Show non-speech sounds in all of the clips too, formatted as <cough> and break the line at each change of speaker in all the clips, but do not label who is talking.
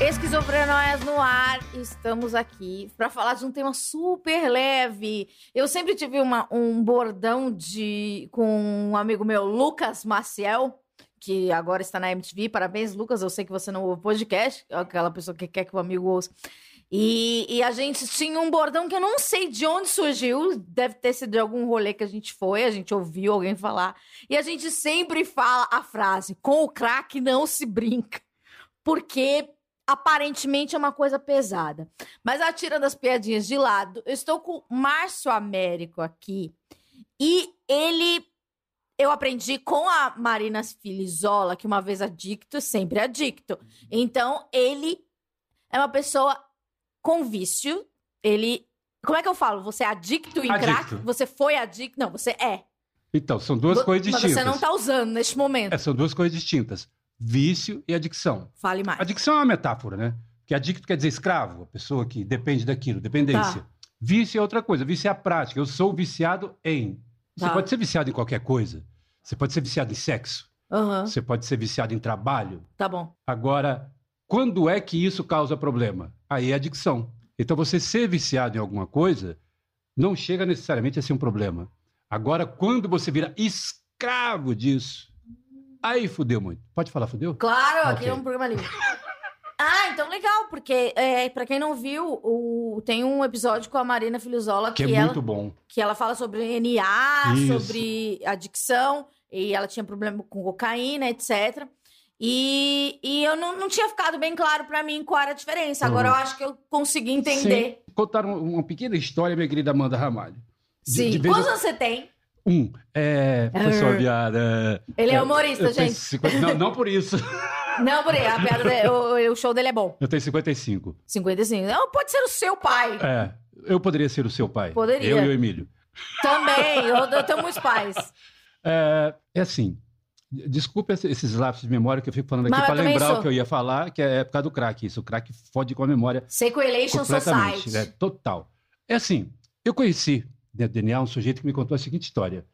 Esquizofrenóias no ar, estamos aqui para falar de um tema super leve. Eu sempre tive uma- um bordão de com um amigo meu, Lucas Maciel, que agora está na MTV. Parabéns, Lucas. Eu sei que você não ouve podcast, é aquela pessoa que quer que o amigo ouça. E, e a gente tinha um bordão que eu não sei de onde surgiu, deve ter sido de algum rolê que a gente foi, a gente ouviu alguém falar. E a gente sempre fala a frase: com o crack não se brinca. Porque aparentemente é uma coisa pesada. Mas a tira das piadinhas de lado, eu estou com o Márcio Américo aqui. E ele. Eu aprendi com a Marina Filizola que uma vez adicto, sempre adicto. Então, ele é uma pessoa com vício. Ele. Como é que eu falo? Você é adicto em crack?
Adicto.
Você foi adicto? Não, você é.
Então, são duas
Vo-
coisas
mas
distintas.
você não tá usando neste momento.
É, são duas coisas distintas. Vício e adicção.
Fale mais.
Adicção é uma metáfora, né? Porque adicto quer dizer escravo, a pessoa que depende daquilo, dependência.
Tá.
Vício é outra coisa, vício é a prática. Eu sou viciado em. Você
Tá.
pode ser viciado em qualquer coisa. Você pode ser viciado em sexo.
Aham,
Você pode ser viciado em trabalho.
tá bom.
Agora, quando é que isso causa problema? Aí é adicção. Então, você ser viciado em alguma coisa não chega necessariamente a ser um problema. Agora, quando você vira escravo disso, aí fudeu muito. Pode falar fudeu?
Claro,
Ah,
aqui é um
ok.
programa livre. Ah, então legal, porque é, para quem não viu, o- tem um episódio com a Marina Filizola
Que
que,
é
ela,
muito bom.
que ela fala sobre NA,
Isso.
sobre adicção, e ela tinha problema com cocaína, etc. E, e eu não, não tinha ficado bem claro pra mim qual era a diferença. Agora
Uhum.
eu acho que eu consegui entender.
Contar um- uma pequena história, minha querida Amanda Ramalho. De-
Sim.
de vez
Quantos anos você tem?
Um, é... Foi só uma piada.
Ele é,
Eu-
humorista,
eu tenho
Ah. gente.
50 Não, não por isso.
Não, por aí, a piada dele- o, o show dele é bom.
Eu tenho 55.
55. Não, pode ser o seu pai.
É, eu poderia ser o seu pai.
Poderia.
Eu e o Emílio.
Também. Eu, eu tenho muitos pais.
É, é assim. Desculpa esse- esses lapsos de memória que eu fico falando aqui
Mas eu
para
também
lembrar
sou.
o que eu ia falar, que é época do crack. Isso, o crack fode com a memória
Sequelation
completamente,
Society.
né? Total. É assim, eu conheci né, Daniel, um sujeito que me contou a seguinte história.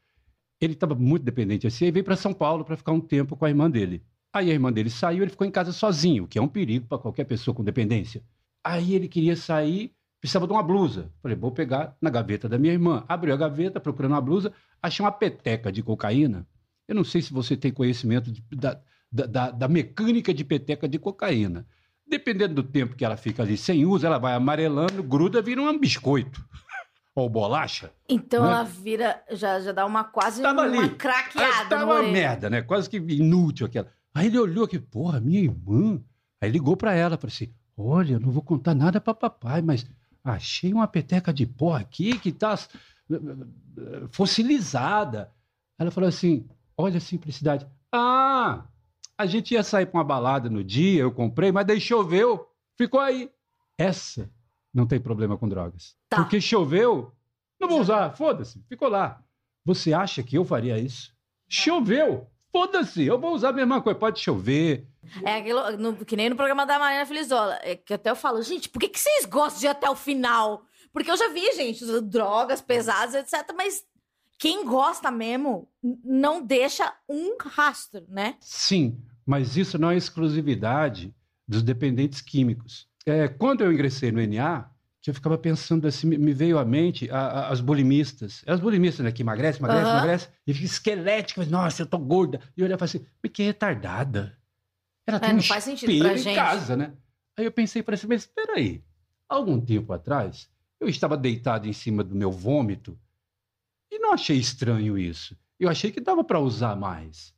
Ele estava muito dependente assim, aí veio para São Paulo para ficar um tempo com a irmã dele. Aí a irmã dele saiu, ele ficou em casa sozinho, que é um perigo para qualquer pessoa com dependência. Aí ele queria sair, precisava de uma blusa. Falei, vou pegar na gaveta da minha irmã. Abriu a gaveta, procurando uma blusa, achei uma peteca de cocaína. Eu não sei se você tem conhecimento de- da, da- da- da mecânica de peteca de cocaína. Dependendo do tempo que ela fica ali sem uso, ela vai amarelando, gruda, vira um biscoito. <laughs> Ou bolacha.
Então
Né?
ela vira, já, já dá uma quase
Tava
uma
ali.
craqueada
Aí tá
no
uma
rolê.
merda, né? Quase que inútil aquela. Aí ele olhou aqui, porra, minha irmã. Aí ligou pra ela, falou assim: olha, eu não vou contar nada pra papai, mas achei uma peteca de pó aqui que tá eh, eh, fossilizada. Ela falou assim: olha a simplicidade. Ah, a gente ia sair pra uma balada no dia, eu comprei, mas daí choveu, ficou aí. Essa não tem problema com drogas.
Tá.
Porque choveu, não vou usar, foda-se, ficou lá. Você acha que eu faria isso? Choveu! Foda-se, eu vou usar a mesma coisa. Pode chover.
É aquilo, no- que nem no programa da Marina Filizola. é que até eu falo, gente, por que, que vocês gostam de ir até o final? Porque eu já vi, gente, usando drogas pesadas, etc. Mas quem gosta mesmo n- não deixa um rastro, né?
Sim, mas isso não é exclusividade dos dependentes químicos. É, quando eu ingressei no NA, que eu ficava pensando assim, me- me veio à mente a- a- as bulimistas. As bulimistas, né? Que emagrecem, emagrecem,
Aham.
emagrecem. E fica esquelética. mas, Nossa, eu tô gorda. E eu olhava assim, mas que retardada. Ela tem
É, não
um
faz sentido
espelho
pra
em
gente.
casa, né? Aí eu pensei para si, mas espera aí. Algum tempo atrás, eu estava deitado em cima do meu vômito e não achei estranho isso. Eu achei que dava para usar mais.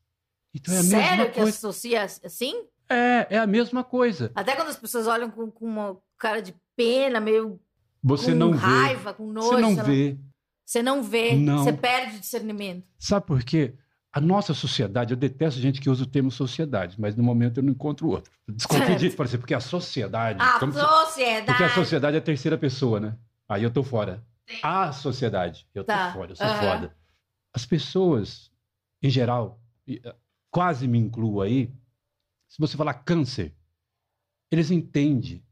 Então é a
Sério
mesma
que
coisa.
associa assim?
É, é a mesma coisa.
Até quando as pessoas olham com, com uma cara de pena, meio
Você
com
não vê.
raiva, com nojo.
Você não
sei lá.
vê.
Você não vê,
Não.
você perde discernimento.
Sabe por quê? A nossa sociedade, eu detesto gente que usa o termo sociedade, mas no momento eu não encontro outro. Desconfundi,
Certo. Ah,
por exemplo, porque a sociedade.
A
É como se-
sociedade.
Porque a sociedade é a terceira pessoa, né? Aí eu tô fora. A sociedade. Eu
Tá.
tô fora, eu sou
Aham.
foda. As pessoas, em geral, e, eh, quase me incluo aí, se você falar câncer, eles entendem,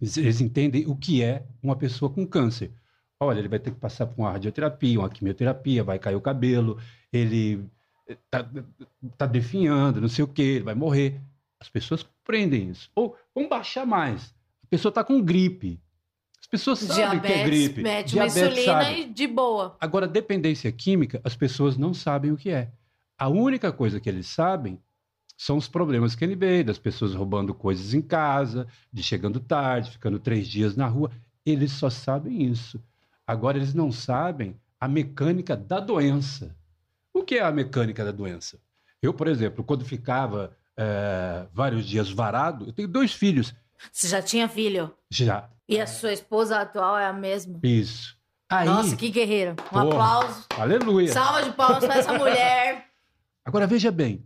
eles, eles entendem o que é uma pessoa com câncer. Olha, ele vai ter que passar por uma radioterapia, uma quimioterapia, vai cair o cabelo, ele está tá definhando, não sei o quê, ele vai morrer. As pessoas compreendem isso. Ou vamos baixar mais. A pessoa está com gripe. As pessoas sabem que é gripe.
mete uma
Diabetes,
insulina
sabe.
e de boa.
Agora, dependência química, as pessoas não sabem o que é. A única coisa que eles sabem são os problemas que ele veio, das pessoas roubando coisas em casa, de chegando tarde, ficando três dias na rua. Eles só sabem isso. Agora, eles não sabem a mecânica da doença. O que é a mecânica da doença? Eu, por exemplo, quando ficava eh, vários dias varado, eu tenho dois filhos
Você já tinha filho.
já.
E a sua esposa atual é a mesma.
Isso. É. Aí,
Nossa, que guerreira. Um
Porra.
aplauso.
aleluia.
Salva de palmas pra essa mulher.
Agora, veja bem,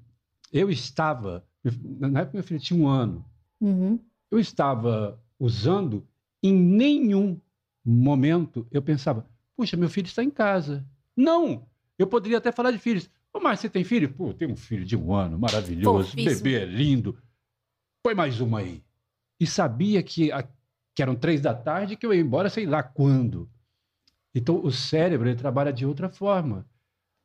eu estava, na época meu filho tinha um ano,
Uhum.
eu estava usando, em nenhum momento eu pensava, puxa, meu filho está em casa. Não! Eu poderia até falar de filhos. Ô, Márcio, você tem filho? Pô, eu tenho um filho de um ano, maravilhoso, o
Fofíssimo.
bebê é lindo. Põe mais uma aí. E sabia que, a- que eram três da tarde que eu ia embora sei lá quando. Então, o cérebro ele trabalha de outra forma.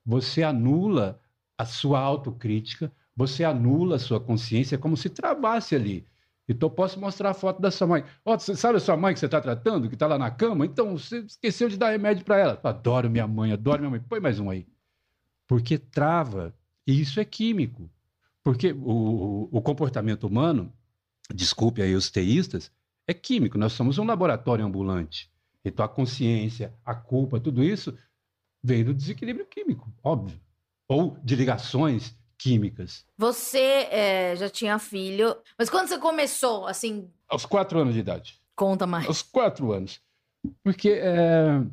Você anula a sua autocrítica, você anula a sua consciência, é como se travasse ali. Então, eu posso mostrar a foto da sua mãe. Ó, você sabe a sua mãe que você está tratando, que está lá na cama? Então, você esqueceu de dar remédio para ela. Adoro minha mãe, adoro minha mãe. Põe mais um aí. Porque trava. E isso é químico. Porque o, o- o comportamento humano, desculpe aí os teístas, é químico. Nós somos um laboratório ambulante. Então, a consciência, a culpa, tudo isso vem do desequilíbrio químico, óbvio. Ou de ligações químicas.
Você é, já tinha filho. Mas quando você começou, assim,
Aos quatro anos de idade.
conta mais.
aos quatro anos. Porque é,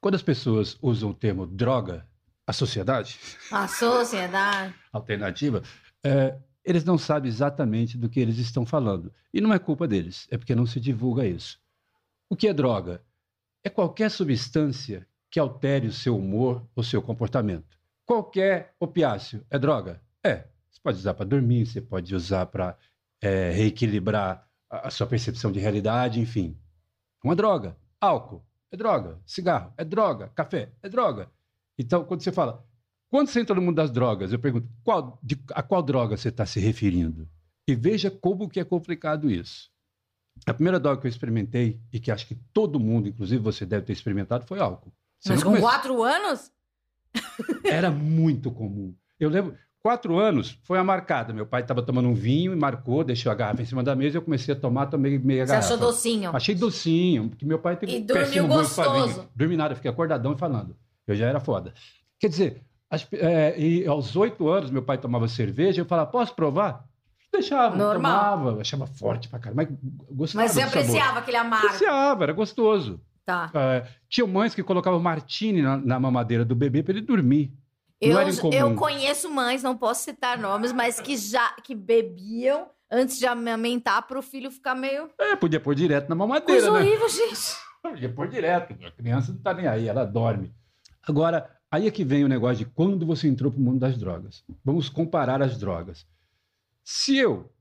quando as pessoas usam o termo droga, a sociedade
A é sociedade.
alternativa, é, eles não sabem exatamente do que eles estão falando. E não é culpa deles, é porque não se divulga isso. O que é droga? É qualquer substância que altere o seu humor ou seu comportamento. Qualquer opiáceo é droga? É. Você pode usar para dormir, você pode usar para reequilibrar a a sua percepção de realidade, enfim. É uma droga. Álcool é droga. Cigarro é droga. Café é droga. Então, quando você fala, quando você entra no mundo das drogas, eu pergunto, qual- de- a qual droga você está se referindo? E veja como que é complicado isso. A primeira droga que eu experimentei, e que acho que todo mundo, inclusive você deve ter experimentado, foi álcool. Você
Mas com
não começou-
quatro anos?
era muito comum. Eu lembro, quatro anos foi a marcada. Meu pai estava tomando um vinho e marcou, deixou a garrafa em cima da mesa e eu comecei a tomar, tomei meia
Você
É, garrafa.
achou docinho?
Achei docinho, porque meu pai teve
E
um
dormiu
péssimo gosto pra
gostoso.
vinho. Dormi nada, fiquei acordadão e falando. Eu já era foda. Quer dizer, as pe- é, e aos oito anos meu pai tomava cerveja, eu falava, posso provar? Deixava,
Normal.
tomava, achava forte pra caramba, mas gostava
Mas você
do sabor.
apreciava aquele amargo.
Apreciava, era gostoso.
Tá.
É, tinha mães que colocavam martini na, na mamadeira do bebê pra ele dormir.
Eu,
era incomum.
eu conheço mães, não posso citar nomes, mas que já que bebiam antes de amamentar pro filho ficar meio.
É, podia pôr direto na mamadeira,
Coisa
né?
horrível, gente.
Ia pôr direto. A criança não tá nem aí, ela dorme. Agora, aí é que vem o negócio de quando você entrou pro mundo das drogas. Vamos comparar as drogas. Se eu,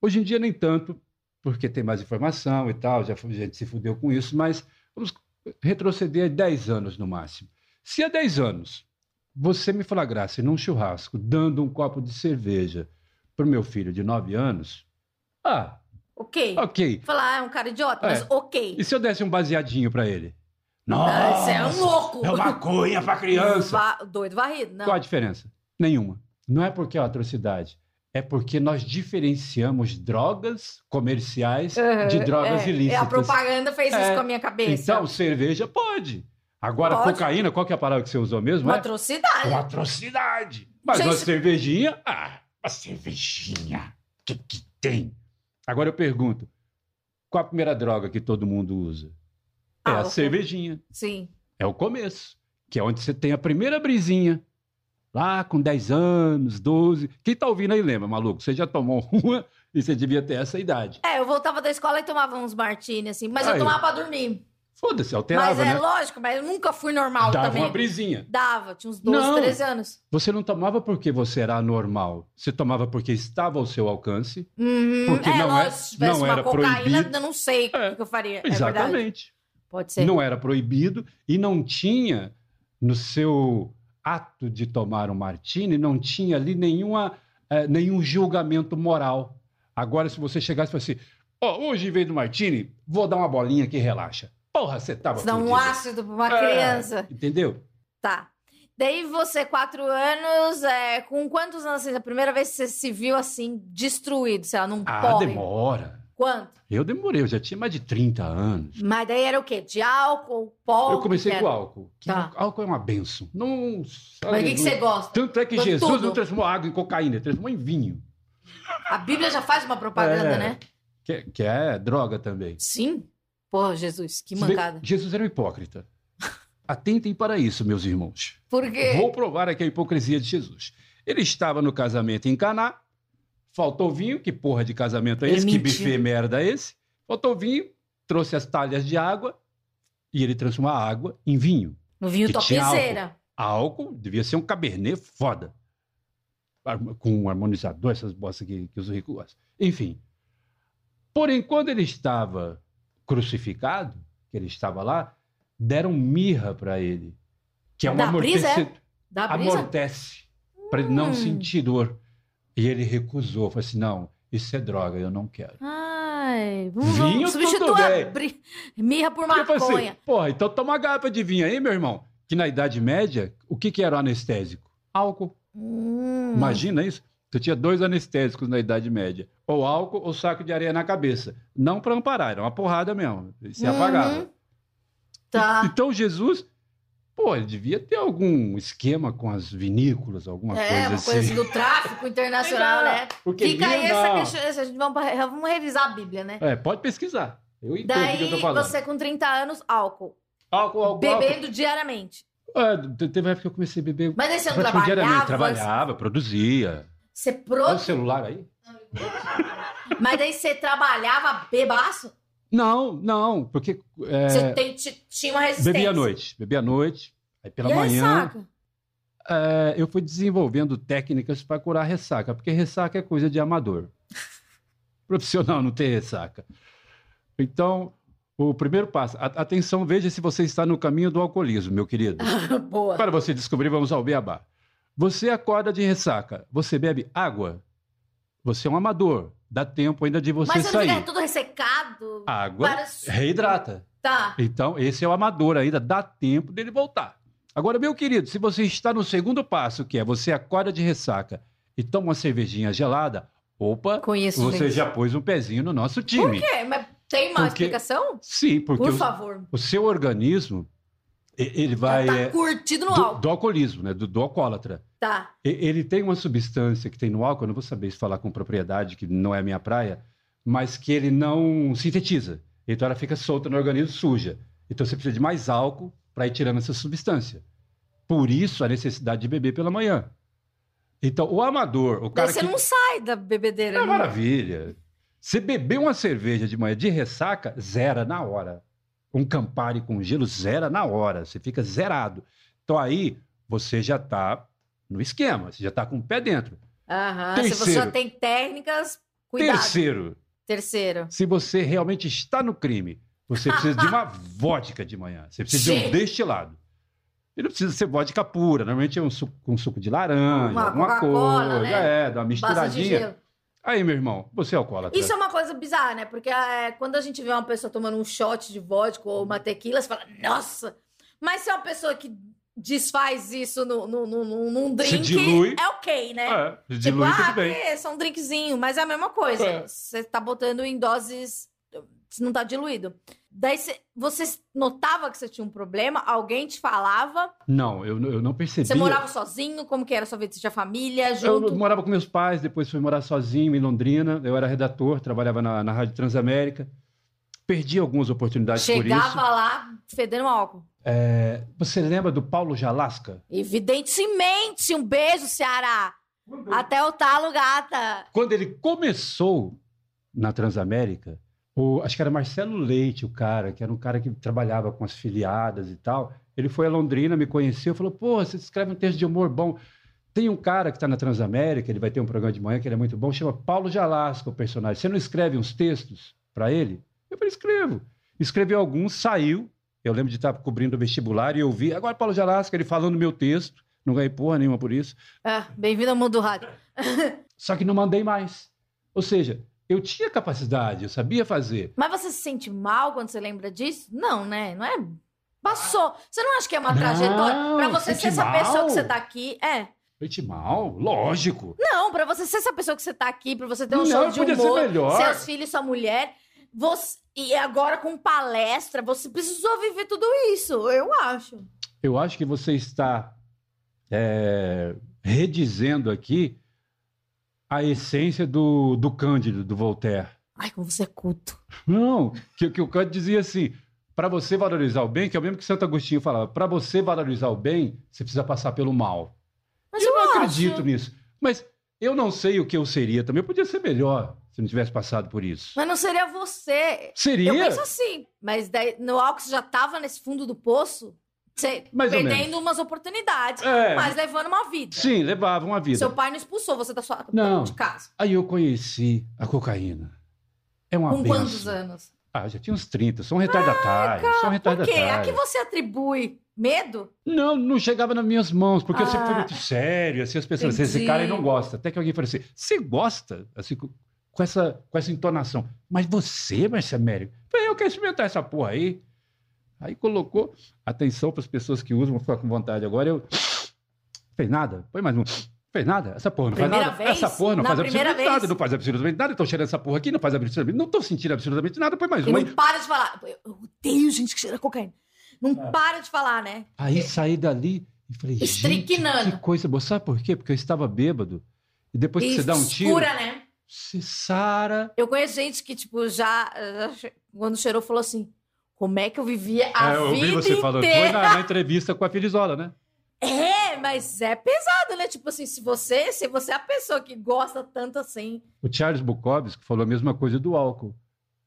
hoje em dia nem tanto, porque tem mais informação e tal, já fu- a gente se fudeu com isso, mas vamos retroceder a 10 anos no máximo. Se há 10 anos você me flagrasse num churrasco dando um copo de cerveja pro meu filho de 9 anos, ah,
Ok.
ok,
Falar, ah, é um cara idiota, mas
É.
ok.
e se eu desse um baseadinho pra ele?
Ah, Você é um louco.
É maconha pra criança!
Va- doido varrido, não.
Qual a diferença? Nenhuma. Não é porque é uma atrocidade. É porque nós diferenciamos drogas comerciais
Uhum,
de drogas
é,
ilícitas.
A propaganda fez isso
É.
com a minha cabeça.
Então, cerveja pode. Agora,
Pode.
cocaína, qual que é a palavra que você usou mesmo?
uma
é?
atrocidade.
Uma atrocidade. Mas
Gente-
uma cervejinha, ah, uma cervejinha. O que, que tem? Agora eu pergunto: qual a primeira droga que todo mundo usa? É a
Álcool.
cervejinha.
Sim.
É o começo, que é onde você tem a primeira brisinha. Lá com 10 anos, 12. Quem tá ouvindo aí lembra, maluco? Você já tomou <laughs> uma e você devia ter essa idade.
É, eu voltava da escola e tomava uns martini, assim, mas eu
Aí.
tomava pra dormir.
Foda-se,
Mas
alterava,
é
né?
lógico, mas eu nunca fui normal
Dava
também.
uma brisinha.
Dava, tinha uns 12,
Não.
13 anos.
Você não tomava porque você era anormal. Você tomava porque estava ao seu alcance.
Uhum.
Porque
é,
não é-
lógico, se tivesse
não
uma
era
cocaína,
proibido.
eu não sei o
É,
que que eu faria. É verdade.
Exatamente.
Pode ser.
Não era proibido e não tinha no seu ato de tomar um martini, não tinha ali nenhuma, eh, nenhum julgamento moral. Agora, se você chegasse e falasse assim, ó, hoje em vez do martini, vou dar uma bolinha que relaxa. Porra, você tava
Se dá um
fudido.
ácido pra uma
É,
criança.
Entendeu?
Tá. Daí você, quatro anos, é, com quantos anos assim, a primeira vez que você se viu assim, destruído, sei lá, num
Ah,
Um porre?
demora.
Quanto?
Eu demorei, eu já tinha mais de 30 anos.
Mas daí era o quê? De álcool, pó?
eu comecei com
álcool.
álcool. Que
Tá.
Álcool é uma benção. Não,
Mas o que, que você gosta?
Tanto é que
Gosto de
Jesus
tudo.
não transformou água em cocaína, ele transformou em vinho.
A Bíblia já faz uma propaganda,
É.
né?
Que, que é droga também.
Sim. Porra, Jesus, que
Se bem-
mancada.
Jesus era
<laughs>
um hipócrita. Atentem para isso, meus irmãos.
Por quê?
Vou provar aqui a hipocrisia de Jesus. Ele estava no casamento em Caná, faltou vinho, que porra de casamento é
Ele
esse? Que
mentiu.
buffet merda é esse? Faltou vinho, trouxe as talhas de água e ele transformou a água em vinho.
No vinho
que tinha
topinzeira.
Álcool devia ser um cabernet foda. Harmo- Com um harmonizador, essas bostas que, que os ricos gostam. Enfim. Porém, quando ele estava crucificado, que ele estava lá, deram mirra para ele. Que é um
Dá brisa, é?
amortecedor.
Dá brisa?
Amortece. Para ele não
Hum.
sentir dor. E ele recusou. Falou assim: não, isso é droga, eu não quero.
Ai, vamos,
Vinho,
vamos
tudo
substituir a
bem.
bri- mirra por
E eu falei
maconha.
assim, porra, então toma uma garrafa de vinho aí, meu irmão. Que na Idade Média, o que, que era o anestésico? Álcool.
Hum.
Imagina isso. Tu tinha dois anestésicos na Idade Média. Ou álcool ou saco de areia na cabeça. Não para amparar, era uma porrada mesmo. E Se
Uhum.
apagava.
Tá.
<laughs> Então Jesus, pô, ele devia ter algum esquema com as vinícolas, alguma
é,
coisa
uma coisa assim
assim.
do tráfico internacional,
Exato.
né?
Porque
Fica aí
vinho,
essa
não.
questão. essa- Vamos, pra- vamos revisar a Bíblia, né?
É, pode pesquisar. Eu entendo o que
Daí
eu tô falando.
você com 30 anos, álcool.
Álcool, álcool,
bebendo diariamente.
álcool. É, te- teve uma época que eu comecei a beber.
Mas aí você não
praticamente diariamente.
trabalhava.
Trabalhava, produzia.
Você
Olha o
pro...
celular aí.
Mas daí você trabalhava bebaço?
Não, não, porque é,
Você tem- ti- tinha uma resistência.
bebia à noite. Bebia à noite. Aí pela
e aí,
manhã.
saca?
é, eu fui desenvolvendo técnicas para curar ressaca, porque ressaca é coisa de amador. <laughs> Profissional não tem ressaca. Então, o primeiro passo, a- atenção, veja se você está no caminho do alcoolismo,
<laughs>
meu querido.
Boa.
Para você descobrir, vamos ao beabá. Você acorda de ressaca, você bebe água, você é um amador, dá tempo ainda de você
Mas você não
sair.
fica tudo ressecado?
Água
Parece-
reidrata.
Tá.
Então, esse é o amador ainda, dá tempo dele voltar. Agora, meu querido, se você está no segundo passo, que é você acorda de ressaca e toma uma cervejinha gelada, opa,
Conheço
você
gente.
já pôs um pezinho no nosso
Por
time.
quê? É, Mas tem uma
Porque-
explicação?
Sim, porque
Por
o-
favor.
o, seu organismo, e- ele vai...
já tá
é,
curtido no
do,
álcool.
do alcoolismo, né? Do, do alcoólatra.
Tá.
E- Ele tem uma substância que tem no álcool, eu não vou saber se falar com propriedade, que não é a minha praia, mas que ele não sintetiza. Então ela fica solta no organismo, suja. Então você precisa de mais álcool para ir tirando essa substância. Por isso a necessidade de beber pela manhã. Então o amador, o
Daí
cara
você
que
não sai da bebedeira.
é
né?
maravilha. Você beber uma cerveja de manhã de ressaca, zera na hora. Um Campari com gelo zera na hora. Você fica zerado. Então aí você já está no esquema, você já está com o pé dentro.
Aham. Se você
Terceiro.
já tem técnicas, cuidado.
Terceiro,
Terceiro.
se você realmente está no crime, você precisa
<laughs>
de uma vodka de manhã. Você precisa de
Sim.
um destilado. E não precisa ser vodka pura. Normalmente é um suco com suco de laranja,
Uma
alguma
Coca-Cola,
coisa.
né?
É, dá
Basta
uma
de
misturadinha.
gelo.
Aí, meu irmão, você é alcoólatra.
Isso é uma coisa bizarra, né? Porque é, quando a gente vê uma pessoa tomando um shot de vodka ou uma tequila, você fala, nossa! Mas se é uma pessoa que desfaz isso no, no, no- no- num
Se
drink,
dilui.
é ok, né?
É, dilui
tipo, ah,
tudo bem.
que é só um drinkzinho, mas é a mesma coisa.
É.
Você tá botando em doses. se Não tá diluído. Daí você, você notava que você tinha um problema, alguém te falava,
Não, eu, eu não percebia.
você morava sozinho, como que era a sua vida? Você tinha família,
Eu
junto?
morava com meus pais, depois fui morar sozinho em Londrina. Eu era redator, trabalhava na, na Rádio Transamérica. Perdi algumas oportunidades por isso.
Chegava lá fedendo álcool.
É, você lembra do Paulo Jalasca?
Evidentemente, um beijo, Ceará. Até tá, o talo, gata.
Quando ele começou na Transamérica, o- acho que era Marcelo Leite, o cara, que era um cara que trabalhava com as filiadas e tal. Ele foi a Londrina, me conheceu, falou: pô, você escreve um texto de humor bom. Tem um cara que está na Transamérica, ele vai ter um programa de manhã que ele é muito bom, chama Paulo Jalasca, o personagem. Você não escreve uns textos para ele? Eu falei: escrevo. Escreveu alguns, saiu. Eu lembro de estar cobrindo o vestibular e eu vi. Agora, Paulo Jalasca, ele falando meu texto, não ganhei porra nenhuma por isso.
Ah, Bem-vindo ao mundo do rádio.
Só que não mandei mais. Ou seja, eu tinha capacidade, eu sabia fazer.
Mas você se sente mal quando você lembra disso? Não, né? Não é. Passou. Você não acha que é uma
Não,
trajetória? Pra você ser
sente
essa pessoa
mal.
que você tá aqui. É.
Falei, mal, lógico.
Não, pra você ser essa pessoa que você tá aqui, pra você ter um
Não,
show de
podia ser
humor,
melhor.
seus filhos, sua mulher, você- e agora com palestra, você precisou viver tudo isso, eu acho.
Eu acho que você está é, redizendo aqui a essência do, do Cândido, do Voltaire.
Ai, como você é culto.
Não, que, que o Kant dizia assim: para você valorizar o bem, que é o mesmo que Santo Agostinho falava, para você valorizar o bem, você precisa passar pelo mal.
Mas
eu,
eu
não
acho.
acredito nisso. Mas eu não sei o que eu seria também. Eu podia ser melhor se não tivesse passado por isso.
Mas não seria você.
Seria.
Eu penso assim, mas daí, no álcool você já tava nesse fundo do poço, você
Mais ou
perdendo umas oportunidades,
É.
mas levando uma vida.
Sim, levava uma vida.
Seu pai não expulsou você da sua
Não.
de casa.
Aí eu conheci a cocaína. É uma
Com
benção.
quantos anos?
Ah, eu já tinha uns 30. Sou um retardatário. sou um
Por quê? A que
retardatário.
você atribui medo?
Não, não chegava nas minhas mãos, porque eu sempre fui
Ah.
muito sério. Assim, as pessoas assim, esse
Entendi.
cara ele não gosta. Até que alguém falou assim: você gosta? Assim, com, com essa, com essa entonação. Mas você, Marcelo Américo? Eu falei, eu quero experimentar essa porra aí. Aí colocou. Atenção para as pessoas que usam, vão ficar com vontade agora. Eu. <sniffs> Fez nada? Põe mais um. Fez nada? Essa porra não
Primeira
faz nada.
vez?
Essa porra não
Na
faz
primeira
absolutamente
vez?
nada. Não faz absolutamente nada. Eu tô cheirando essa porra aqui, não faz absolutamente Não tô sentindo absolutamente nada. Põe mais
E
uma.
não para de falar. Eu odeio gente que cheira cocaína. Não
É.
para de falar, né?
Aí saí dali e falei, gente,
Estricnando.
que coisa boa. Sabe por quê? Porque eu estava bêbado. E depois que
E
você dá um tiro,
escura, né?
você sara.
Eu conheço gente que, tipo, já, já che- quando cheirou, falou assim: como é que eu vivia a
É, eu
vida
ouvi você falando, foi
inteira?
na, na entrevista com a Felizola, né?
É, mas é pesado, né? Tipo assim, se você, se você é a pessoa que gosta tanto assim.
O Charles Bukowski falou a mesma coisa do álcool.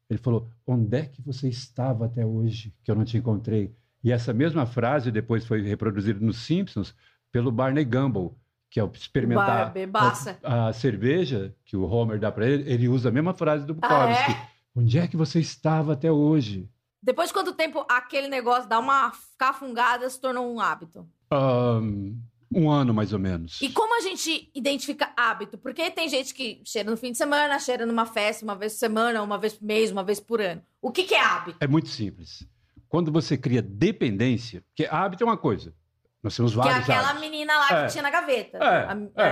Ele falou, onde é que você estava até hoje que eu não te encontrei? E essa mesma frase depois foi reproduzida nos Simpsons pelo Barney Gumble, que é o
Bar,
experimentar
bebaça.
a, a cerveja que o Homer dá para ele, ele usa a mesma frase do
Ah,
Bukowski.
é?
Onde é que você estava até hoje?
Depois de quanto tempo aquele negócio dá uma cafungada se tornou um hábito?
Ahn, um ano, mais ou menos.
E como a gente identifica hábito? Porque tem gente que cheira no fim de semana, cheira numa festa uma vez por semana, uma vez por mês, uma vez por ano. O que, que é hábito?
É muito simples. Quando você cria dependência, porque hábito é uma coisa. Nós temos
Que é
vários
aquela
hábitos.
menina lá que
É.
tinha na gaveta.
É,
A,
é.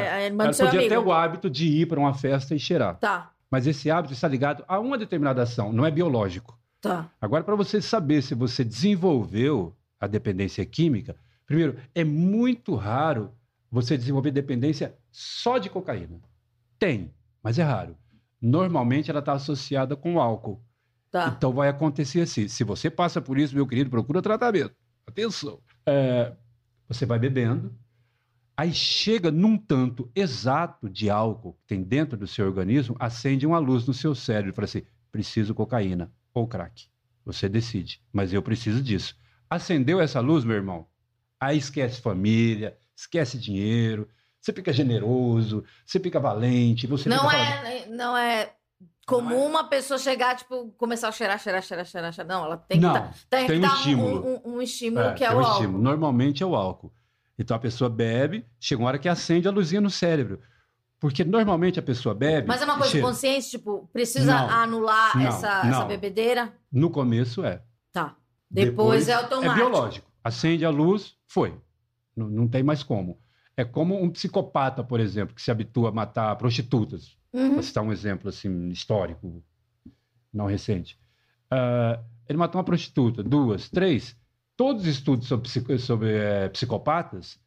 a- a irmã
Ela
do seu
podia
amigo.
ter o hábito de ir para uma festa e cheirar.
Tá,
Mas esse hábito está ligado a uma determinada ação, não é biológico.
tá.
Agora, para você saber se você desenvolveu a dependência química, primeiro, é muito raro você desenvolver dependência só de cocaína. Tem, mas é raro. Normalmente ela está associada com álcool.
Tá.
Então vai acontecer assim. Se você passa por isso, meu querido, procura tratamento. Atenção. É, você vai bebendo, aí chega num tanto exato de álcool que tem dentro do seu organismo, acende uma luz no seu cérebro e fala assim: preciso cocaína ou crack. Você decide, mas eu preciso disso. Acendeu essa luz, meu irmão? Aí esquece família, esquece dinheiro, você fica generoso, você fica valente, você
não,
fica
é, não é comum uma pessoa chegar, tipo, começar a cheirar, cheirar, cheirar, cheirar, cheirar. Não, ela tem que tá-
Não,
dar- tem
tem
que
um
dar
estímulo.
Um, um- um estímulo que é
tem
o
um
álcool.
estímulo. Normalmente é o álcool. Então a pessoa bebe, chega uma hora que acende a luzinha no cérebro. Porque normalmente a pessoa bebe.
Mas é uma coisa
cheira.
consciente, tipo, precisa
Não,
anular
não,
essa, essa
não.
bebedeira?
No começo é.
Tá. Depois, é automático.
É biológico. Acende a luz, foi. Não, não tem mais como. É como um psicopata, por exemplo, que se habitua a matar prostitutas.
Uhum.
Vou citar um exemplo assim, histórico, não recente. Ah, ele matou uma prostituta, duas, três. Todos os estudos sobre, psico- sobre, eh, psicopatas,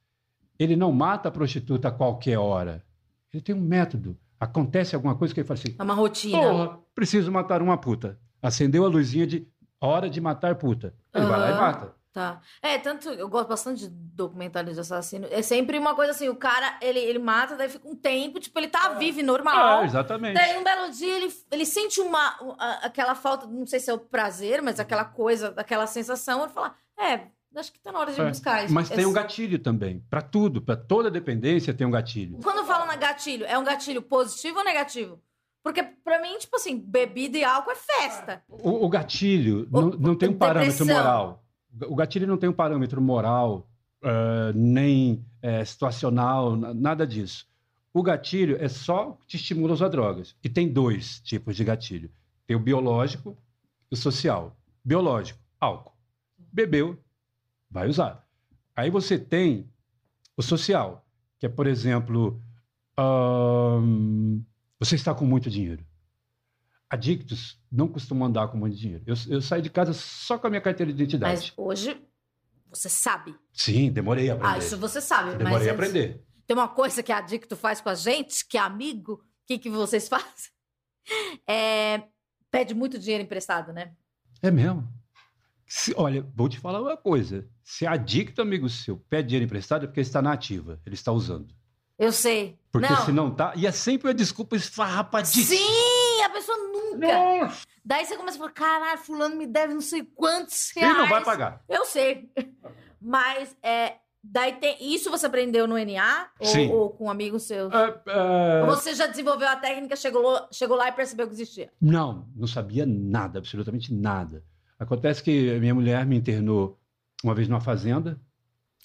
ele não mata a prostituta a qualquer hora. Ele tem um método. Acontece alguma coisa que ele fala assim:
É uma rotina.
Porra, preciso matar uma puta. Acendeu a luzinha de hora de matar puta. Ele vai lá e
Aham.
mata.
Tá. É, tanto eu gosto bastante de documentários de assassino. É sempre uma coisa assim, o cara, ele, ele mata, daí fica um tempo, tipo, ele
É.
tá vivo e normal.
Ah, exatamente.
Daí, um belo dia, ele, ele sente uma, a- aquela falta, não sei se é o prazer,
Uhum.
mas aquela coisa, aquela sensação, ele fala, é, acho que tá na hora de
É,
buscar isso.
Mas tem um
Esse-
gatilho também. Pra tudo, pra toda dependência tem um gatilho.
Quando eu falo na gatilho, é um gatilho positivo ou negativo? Porque pra mim, tipo assim, bebida e álcool é festa.
O, o gatilho não, não tem um
depressão.
parâmetro moral. O gatilho não tem um parâmetro moral, eh, nem eh, situacional, na- nada disso. O gatilho é só o que te estimula a usar drogas. E tem dois tipos de gatilho: tem o biológico e o social. Biológico, álcool. Bebeu, vai usar. Aí você tem o social, que é, por exemplo, ahn, você está com muito dinheiro. Adictos não costumam andar com muito dinheiro. Eu, eu saí de casa só com a minha carteira de
Mas
identidade.
hoje, você sabe.
Sim, demorei a aprender.
Ah, isso você sabe. mas
É demorei a
antes-
aprender.
Tem uma coisa que adicto faz com a gente, que é amigo, o que, que vocês <laughs> fazem? É, pede muito dinheiro emprestado, né?
É mesmo? Se- olha, vou te falar uma coisa. Se é adicto, amigo seu, pede dinheiro emprestado, é porque ele está na ativa, ele está usando.
Eu sei.
Porque é
não.
se não tá. E é sempre uma desculpa esfarrapadíssima.
Sim, a pessoa nunca.
Nossa,
Daí você começa a falar: caralho, fulano me deve não sei quantos
ele
reais.
não vai pagar.
Eu sei. <laughs> Mas é, daí tem. Isso você aprendeu no NA? Ou,
Sim.
ou com amigos seus?
Ah, ah,
Ou você já desenvolveu a técnica, chegou, lo- chegou lá e percebeu que existia?
Não, não sabia nada, absolutamente nada. Acontece que a minha mulher me internou uma vez numa fazenda,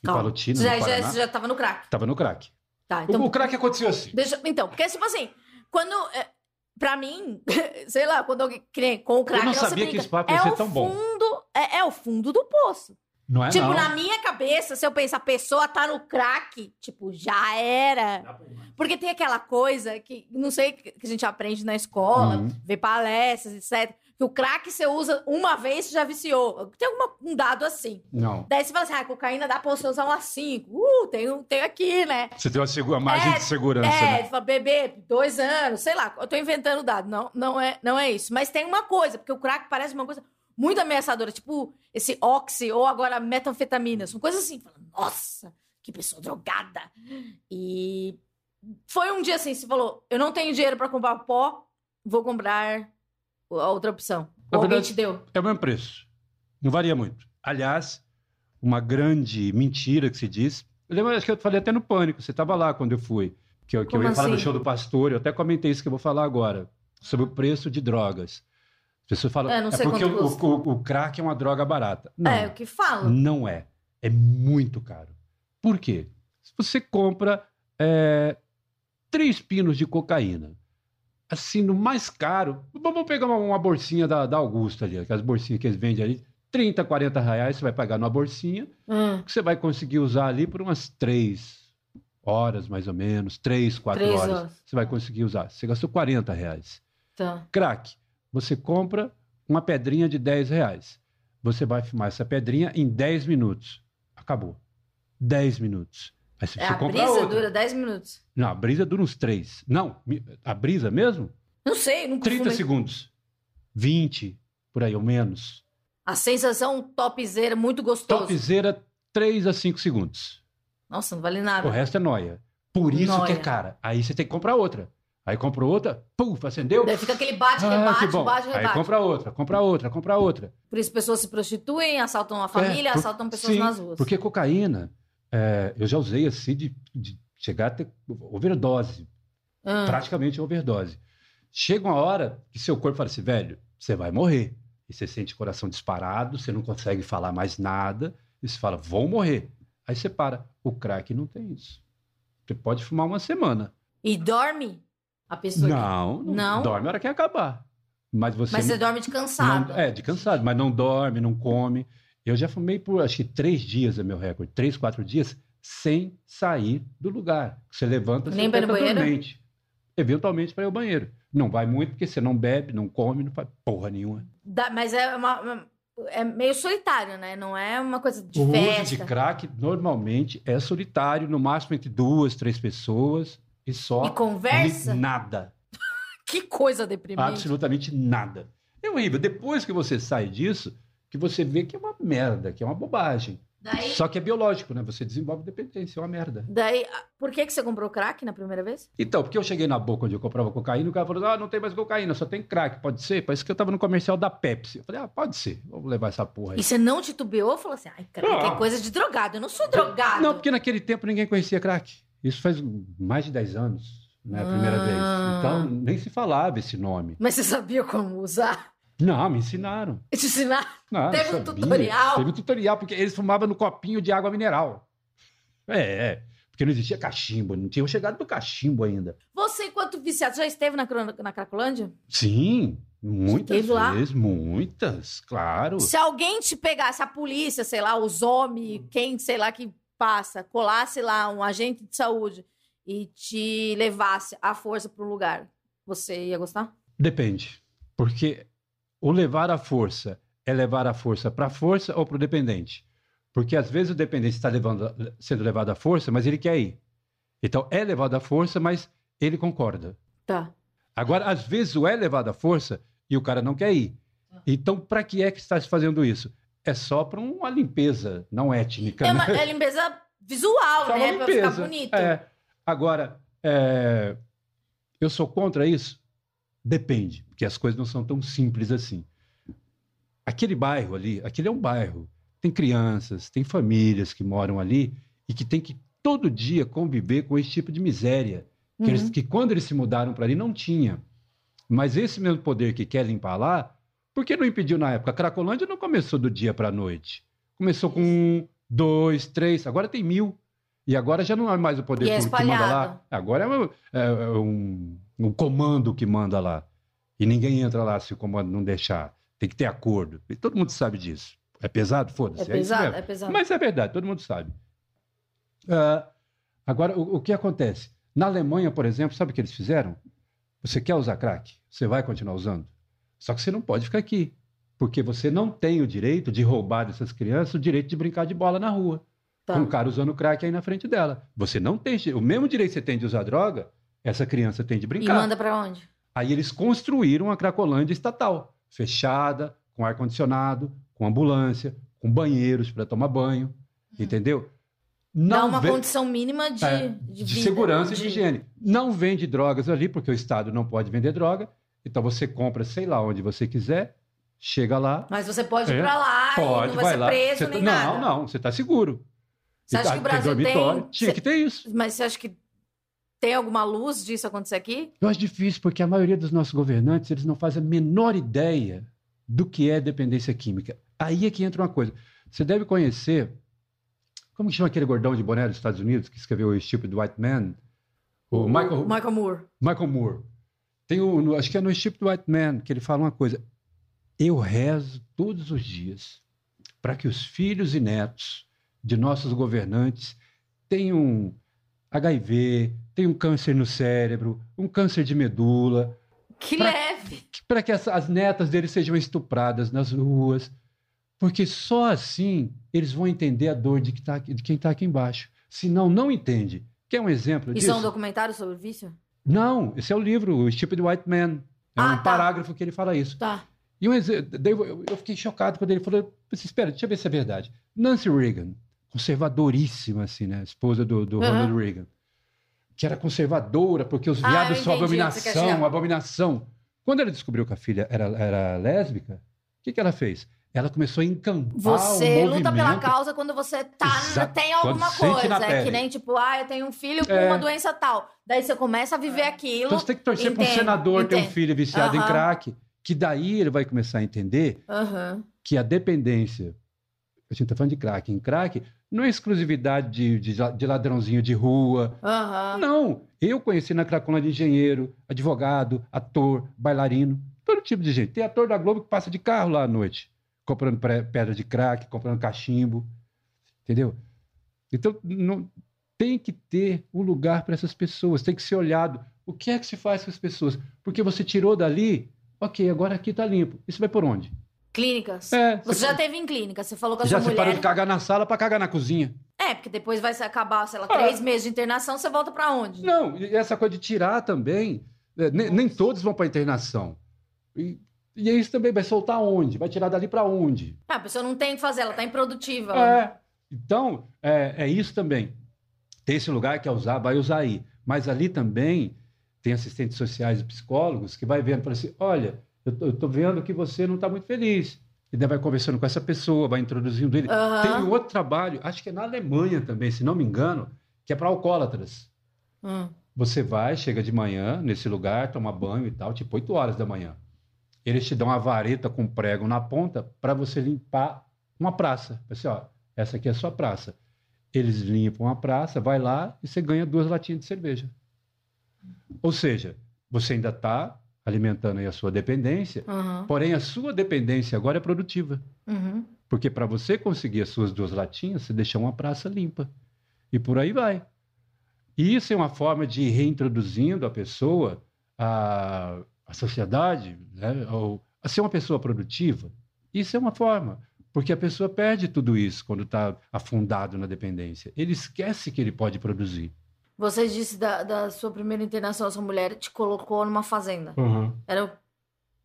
em
Calma.
Palotina,
Você já,
no
já,
Paraná.
você já tava no crack.
Tava no crack.
Tá,
O-
então.
O crack aconteceu assim.
Deixa, então, porque, tipo assim, quando. É, pra mim, <laughs> sei lá, quando alguém. que nem Com o crack,
Eu não
você
sabia que
brinca,
esse papo
é
ia ser
o
tão bom.
fundo, é, é o fundo do poço.
Não é
tipo,
não.
na minha cabeça, se eu pensar, a pessoa tá no crack, tipo, já era. Porque tem aquela coisa que, não sei, que a gente aprende na escola,
Uhum.
vê palestras, etc. Que o crack você usa uma vez, você já viciou. Tem alguma, um dado assim.
Não.
Daí você fala assim, ah, cocaína dá pra você usar umas cinco. Uh, tem, um- tem aqui, né?
Você tem uma, segu- uma margem
É,
de segurança,
É,
né?
fala, bebê, dois anos, sei lá, eu tô inventando dado. Não, não, é, não é isso. Mas tem uma coisa, porque o crack parece uma coisa muito ameaçadora, tipo esse oxi ou agora metanfetamina. São coisas assim, fala, nossa, que pessoa drogada. E foi um dia assim, você falou, eu não tenho dinheiro pra comprar pó, vou comprar a outra opção.
Na
Ou alguém
verdade-
te deu.
É o mesmo preço. Não varia muito. Aliás, uma grande mentira que se diz. Eu lembro, acho que eu falei até no Pânico, você estava lá quando eu fui, que eu, que eu
Como
ia falar do
assim?
show do pastor, eu até comentei isso que eu vou falar agora, sobre o preço de drogas. As pessoas falam,
É, não sei
porque
quanto
o,
custa."
o- o crack é uma droga barata. Não,
É, o que fala.
não é. É muito caro. Por quê? Se você compra é, três pinos de cocaína, assim, no mais caro, vamos pegar uma, uma bolsinha da, da Augusta ali, aquelas bolsinhas que eles vendem ali, 30, 40 reais você vai pagar numa bolsinha,
Hum,
que você vai conseguir usar ali por umas três horas, mais ou menos, três, quatro
Três
horas.
horas.
Você vai conseguir usar. Você gastou 40 reais.
tá.
Crack, você compra uma pedrinha de 10 reais. Você vai filmar essa pedrinha em 10 minutos. Acabou. 10 minutos. Aí você
É,
precisa
a
comprar
brisa
outra.
dura 10 minutos.
Não, a brisa dura uns 3. Não, mi- a brisa mesmo?
Não sei, não
30
confundo.
segundos. 20, por aí, ou menos.
A sensação topzera, muito gostosa.
Topzera, 3 a 5 segundos.
Nossa, não vale nada.
O resto é noia. Por isso que é
Nóia.
cara. Aí você tem que comprar outra. Aí compra outra, puf, acendeu.
Daí fica aquele bate,
Ah,
rebate,
que bom.
bate,
Aí
rebate.
compra outra, compra outra, compra outra.
Por isso pessoas se prostituem, assaltam a família,
É, por-
assaltam pessoas
sim,
nas ruas.
Porque cocaína, é, eu já usei assim de, de chegar até overdose,
Ah,
praticamente overdose. Chega uma hora que seu corpo fala assim, velho, você vai morrer. E você sente o coração disparado, você não consegue falar mais nada, e você fala, vou morrer. Aí você para. O crack não tem isso. Você pode fumar uma semana.
E dorme a pessoa. que-
Não, não,
Não?
dorme na hora que acabar. Mas você
Mas
não-
você dorme de cansado.
não, é, de cansado, mas não dorme, não come. Eu já fumei por acho que três dias é meu recorde, três, quatro dias, sem sair do lugar. Você levanta,
Nem
você
pra ir no
levanta
banheiro?
dormente. Eventualmente para ir ao banheiro. Não vai muito, porque você não bebe, não come, não faz porra nenhuma.
Dá- mas é uma- uma- É meio solitário, né? Não é uma coisa de
o uso
festa.
de crack normalmente é solitário, no máximo entre duas, três pessoas, e só
E conversa?
e nada.
Que coisa deprimente.
Absolutamente nada. É horrível. Depois que você sai disso, que você vê que é uma merda, que é uma bobagem.
Daí,
Só que é biológico, né? Você desenvolve dependência, é uma merda.
daí, ah, por que, que você comprou crack na primeira vez?
Então, porque eu cheguei na boca onde eu comprava cocaína, o cara falou: ah, não tem mais cocaína, só tem crack, pode ser? Parece que eu tava no comercial da Pepsi. Eu falei, ah, pode ser, vamos levar essa porra aí.
E você não titubeou? Falou assim, ai, cara,
Não.
é coisa de drogado. Eu não sou drogado.
Ah. Não, porque naquele tempo ninguém conhecia crack. Isso faz mais de 10 anos, né? A primeira
Ah.
vez. Então, nem se falava esse nome.
Mas você sabia como usar? <laughs>
Não, me ensinaram.
Te ensinar?
Ah,
Teve um
sabia.
tutorial.
Teve um tutorial, porque eles fumavam no copinho de água mineral. É, é. Porque não existia cachimbo, não tinham chegado do cachimbo ainda.
Você, enquanto viciado, já esteve na, cron- na Cracolândia?
Sim, muitas
Esteve lá?
vezes, muitas, claro.
Se alguém te pegasse, a polícia, sei lá, os
Uhum.
homens, quem, sei lá, que passa, colasse lá um agente de saúde e te levasse à força para um lugar, você ia gostar?
Depende. Porque o levar à força é levar a força para a força ou para o dependente? Porque às vezes o dependente está levando- sendo levado à força, mas ele quer ir. Então é levado à força, mas ele concorda.
Tá.
Agora, às vezes o é levado à força e o cara não quer ir.
Ah.
Então, para que é que está se fazendo isso? É só para uma limpeza não étnica.
É
né?
uma é limpeza visual,
Só uma
né? Pra ficar
limpeza.
bonito.
É. Agora, é, eu sou contra isso? Depende, porque as coisas não são tão simples assim. Aquele bairro ali, aquele é um bairro. Tem crianças, tem famílias que moram ali e que tem que todo dia conviver com esse tipo de miséria. Que,
Uhum.
eles- que quando eles se mudaram para ali não tinha. Mas esse mesmo poder que quer limpar lá, por que não impediu na época? A Cracolândia não começou do dia para a noite. Começou com um, dois, três, agora tem mil. E agora já não é mais o poder
E é
público que manda
espalhado.
lá. Agora é, um, é um- um comando que manda lá. E ninguém entra lá se o comando não deixar. Tem que ter acordo. E todo mundo sabe disso. É pesado?
É
Foda-se. isso
pesado,
mesmo.
é pesado.
Mas é verdade, todo mundo sabe. Ah, agora, o, o que acontece? Na Alemanha, por exemplo, sabe o que eles fizeram? Você quer usar crack? Você vai continuar usando? Só que você não pode ficar aqui. Porque você não tem o direito de roubar dessas crianças o direito de brincar de bola na rua.
Tá.
Com o um cara usando crack aí na frente dela. Você não tem. O mesmo direito que você tem de usar droga, essa criança tem de
E
brincar.
manda pra onde?
Aí eles construíram a Cracolândia estatal, fechada, com ar-condicionado, com ambulância, com banheiros para tomar banho, entendeu?
Uhum. Dá
Não
uma
ve-
condição mínima de,
É,
de,
de
vida,
segurança e de higiene. Não vende drogas ali, porque o Estado não pode vender droga. Então você compra, sei lá, onde você quiser, chega lá,
Mas você pode ir
É,
pra lá e não
pode,
vai,
vai
ser
lá.
preso
Você tá-
nem
não,
nada.
não, você está seguro.
Você acha
Tá-
que o Brasil
dormitório,
tem-
Tinha
Cê-
que ter isso.
Mas você acha que tem alguma luz disso acontecer aqui?
Eu acho difícil, porque a maioria dos nossos governantes, eles não fazem a menor ideia do que é dependência química. Aí é que entra uma coisa. Você deve conhecer, como que chama aquele gordão de boné dos Estados Unidos que escreveu o Stupid White Man? O Michael,
Michael Moore.
Michael Moore. Tem o, no- acho que é no Stupid White Man que ele fala uma coisa. Eu rezo todos os dias para que os filhos e netos de nossos governantes tenham HIV, tenham câncer no cérebro, um câncer de medula,
Que
Pra-
leve!
para que as, as netas deles sejam estupradas nas ruas, porque só assim eles vão entender a dor de, que tá, aqui- de quem está aqui embaixo. Senão, não entende. Quer um exemplo
Isso
disso?
é um documentário sobre vício?
Não, esse é o livro, o Stupid White Man. É
Ah,
um
tá.
parágrafo que ele fala isso.
Tá.
E um exe- daí eu eu fiquei chocado quando ele falou: "Mas espera, deixa eu ver se é verdade. Nancy Reagan, conservadoríssima, assim, né? Esposa do, do
Uhum.
Ronald Reagan, que era conservadora porque os
Ah,
viados
eu
são
entendi o que você quer
abominação,
chegar.
abominação. Quando ela descobriu que a filha era, era lésbica, o que, que ela fez? Ela começou a encampar
Você
o
luta pela
um movimento.
causa quando você tá,
Exato.
tem alguma
Quando sente
coisa.
na
É que
pele.
nem tipo, ah, eu tenho um filho com
É.
uma doença tal. Daí você começa a viver aquilo.
Então você tem que torcer para um
Entendo,
senador ter um
entendo.
filho viciado em
Aham.
crack, que daí ele vai começar a entender
Aham.
que a dependência, a gente está falando de crack, em crack, não é exclusividade de, de, de ladrãozinho de rua.
Aham.
Não! Eu conheci na Cracolândia de engenheiro, advogado, ator, bailarino, todo tipo de gente. Tem ator da Globo que passa de carro lá à noite, comprando pre- pedra de crack, comprando cachimbo, entendeu? Então, não, tem que ter um lugar para essas pessoas, tem que ser olhado. O que é que se faz com as pessoas? Porque você tirou dali, ok, agora aqui está limpo. Isso vai por onde?
Clínicas.
É,
Você já teve em clínica, você falou com a
já
sua
se parou
mulher.
de cagar na sala pra cagar na cozinha.
É, porque depois vai se acabar, sei lá,
Ah.
três meses de internação, você volta pra onde?
né, Não, e essa coisa de tirar também. é, ne- nem, todos vão pra internação. E, E é isso também, vai soltar onde? Vai tirar dali para onde?
Ah, a pessoa não tem o que fazer, ela tá improdutiva.
É. Então, é, é isso também. Tem esse lugar que é usar, vai usar aí. Mas ali também tem assistentes sociais e psicólogos que vai vendo, fala assim, olha, eu tô, eu tô vendo que você não está muito feliz. E daí vai conversando com essa pessoa, vai introduzindo ele.
Aham.
Tem um outro trabalho, acho que é na Alemanha também, se não me engano, que é para alcoólatras.
Hum.
Você vai, chega de manhã nesse lugar, toma banho e tal, tipo 8 horas da manhã. Eles te dão uma vareta com prego na ponta para você limpar uma praça. Assim, ó, essa aqui é a sua praça. Eles limpam a praça, vai lá e você ganha duas latinhas de cerveja. Ou seja, você ainda está alimentando aí a sua dependência,
Aham.
porém a sua dependência agora é produtiva.
Uhum.
Porque para você conseguir as suas duas latinhas, você deixa uma praça limpa. E por aí vai. E isso é uma forma de ir reintroduzindo a pessoa à, à sociedade, né? Ou a ser uma pessoa produtiva. Isso é uma forma. Porque a pessoa perde tudo isso quando está afundado na dependência. Ele esquece que ele pode produzir.
Você disse da, da sua primeira internação, a sua mulher te colocou numa fazenda. Era o...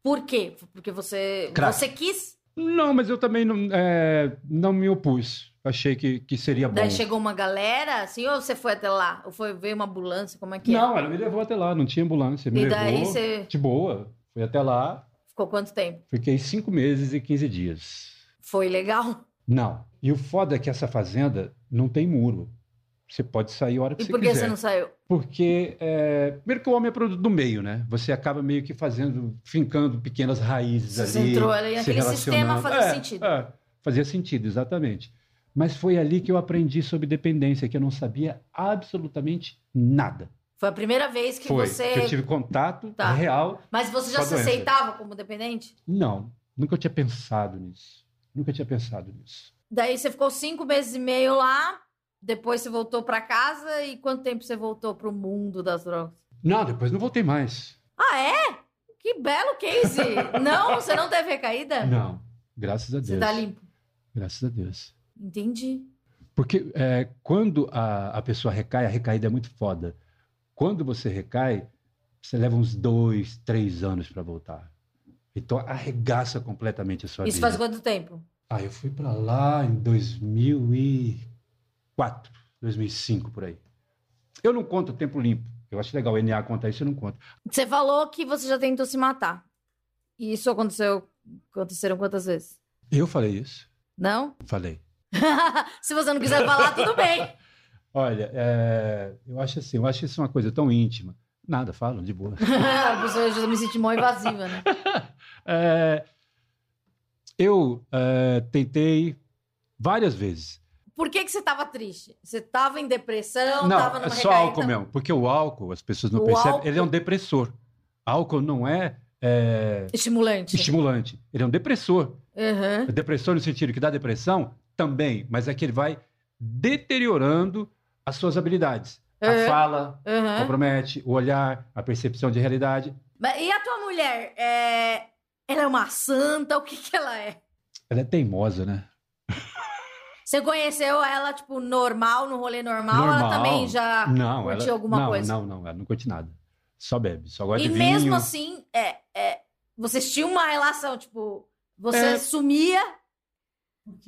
Por quê? Porque você,
Crack.
você quis?
Não, mas eu também não, é, não me opus. Achei que, que seria Tá bom.
Daí chegou uma galera, assim, ou você foi até lá? Ou foi ver uma ambulância, como é que
Não, ela me levou até lá, não tinha ambulância.
é?
Me
E daí
levou.
você
De boa. Fui até lá,
ficou quanto tempo?
fiquei cinco meses e 15 dias.
Foi legal?
Não. E o foda é que essa fazenda não tem muro. Você pode sair a hora que
E
você
por que
quiser.
você não saiu?
Porque, é, primeiro que o homem é produto do meio, né? Você acaba meio que fazendo, fincando pequenas raízes
Você
ali.
entrou ali
se
naquele sistema,
relacionando.
fazia
É,
sentido.
é, fazia sentido, exatamente. Mas foi ali que eu aprendi sobre dependência, que eu não sabia absolutamente nada.
Foi a primeira vez que
foi
você.
que eu tive contato
Tá.
real
Mas você já
com a
se
doença.
aceitava como dependente?
Não, nunca tinha pensado nisso. Nunca tinha pensado nisso.
Daí você ficou cinco meses e meio lá, depois você voltou pra casa e quanto tempo você voltou pro mundo das drogas?
Não, depois não voltei mais.
Ah, é? Que belo case! não, você não teve recaída?
Não, graças a Deus.
Você tá limpo.
Graças a Deus.
Entendi.
Porque é, quando a, a pessoa recai, a recaída é muito foda. Quando você recai, você leva uns dois, três anos pra voltar. Então arregaça completamente a sua
Isso
vida.
faz quanto tempo?
Ah, eu fui pra lá em 2004, 2005 por aí. Eu não conto o tempo limpo. Eu acho legal o NA contar isso, eu não conto.
Você falou que você já tentou se matar. E isso aconteceu. Aconteceram quantas vezes?
Eu falei isso.
Não? <laughs>
Falei.
se você não quiser falar, tudo bem. <laughs>
Olha, é, eu acho assim, eu acho isso uma coisa tão íntima. Nada, falam de boa. <laughs>
A pessoa já me senti mó invasiva, né?
É, eu é, tentei várias vezes.
Por que, que você tava triste? Você tava em depressão?
não,
tava
é
numa
só
recaída?
álcool mesmo, porque o álcool, as pessoas não
O
percebem,
álcool-
ele é um depressor. Álcool não é, é,
Estimulante.
estimulante, ele é um depressor.
Uhum.
É Depressor no sentido que dá depressão também, mas é que ele vai deteriorando as suas habilidades.
É.
A fala
Uhum.
compromete, o olhar, a percepção de realidade.
Mas E a tua mulher? É... Ela é uma santa? O que que ela é?
Ela é teimosa, né?
Você conheceu ela, tipo, normal, no rolê normal? Ela
Normal.
também já...
Não,
curte
ela
Ah, alguma
não,
coisa?
Não, não, ela não curte nada. Só bebe, só gosta
e
de
mesmo
vinho.
assim, é, é, vocês tinham uma relação, tipo... Você
É.
sumia...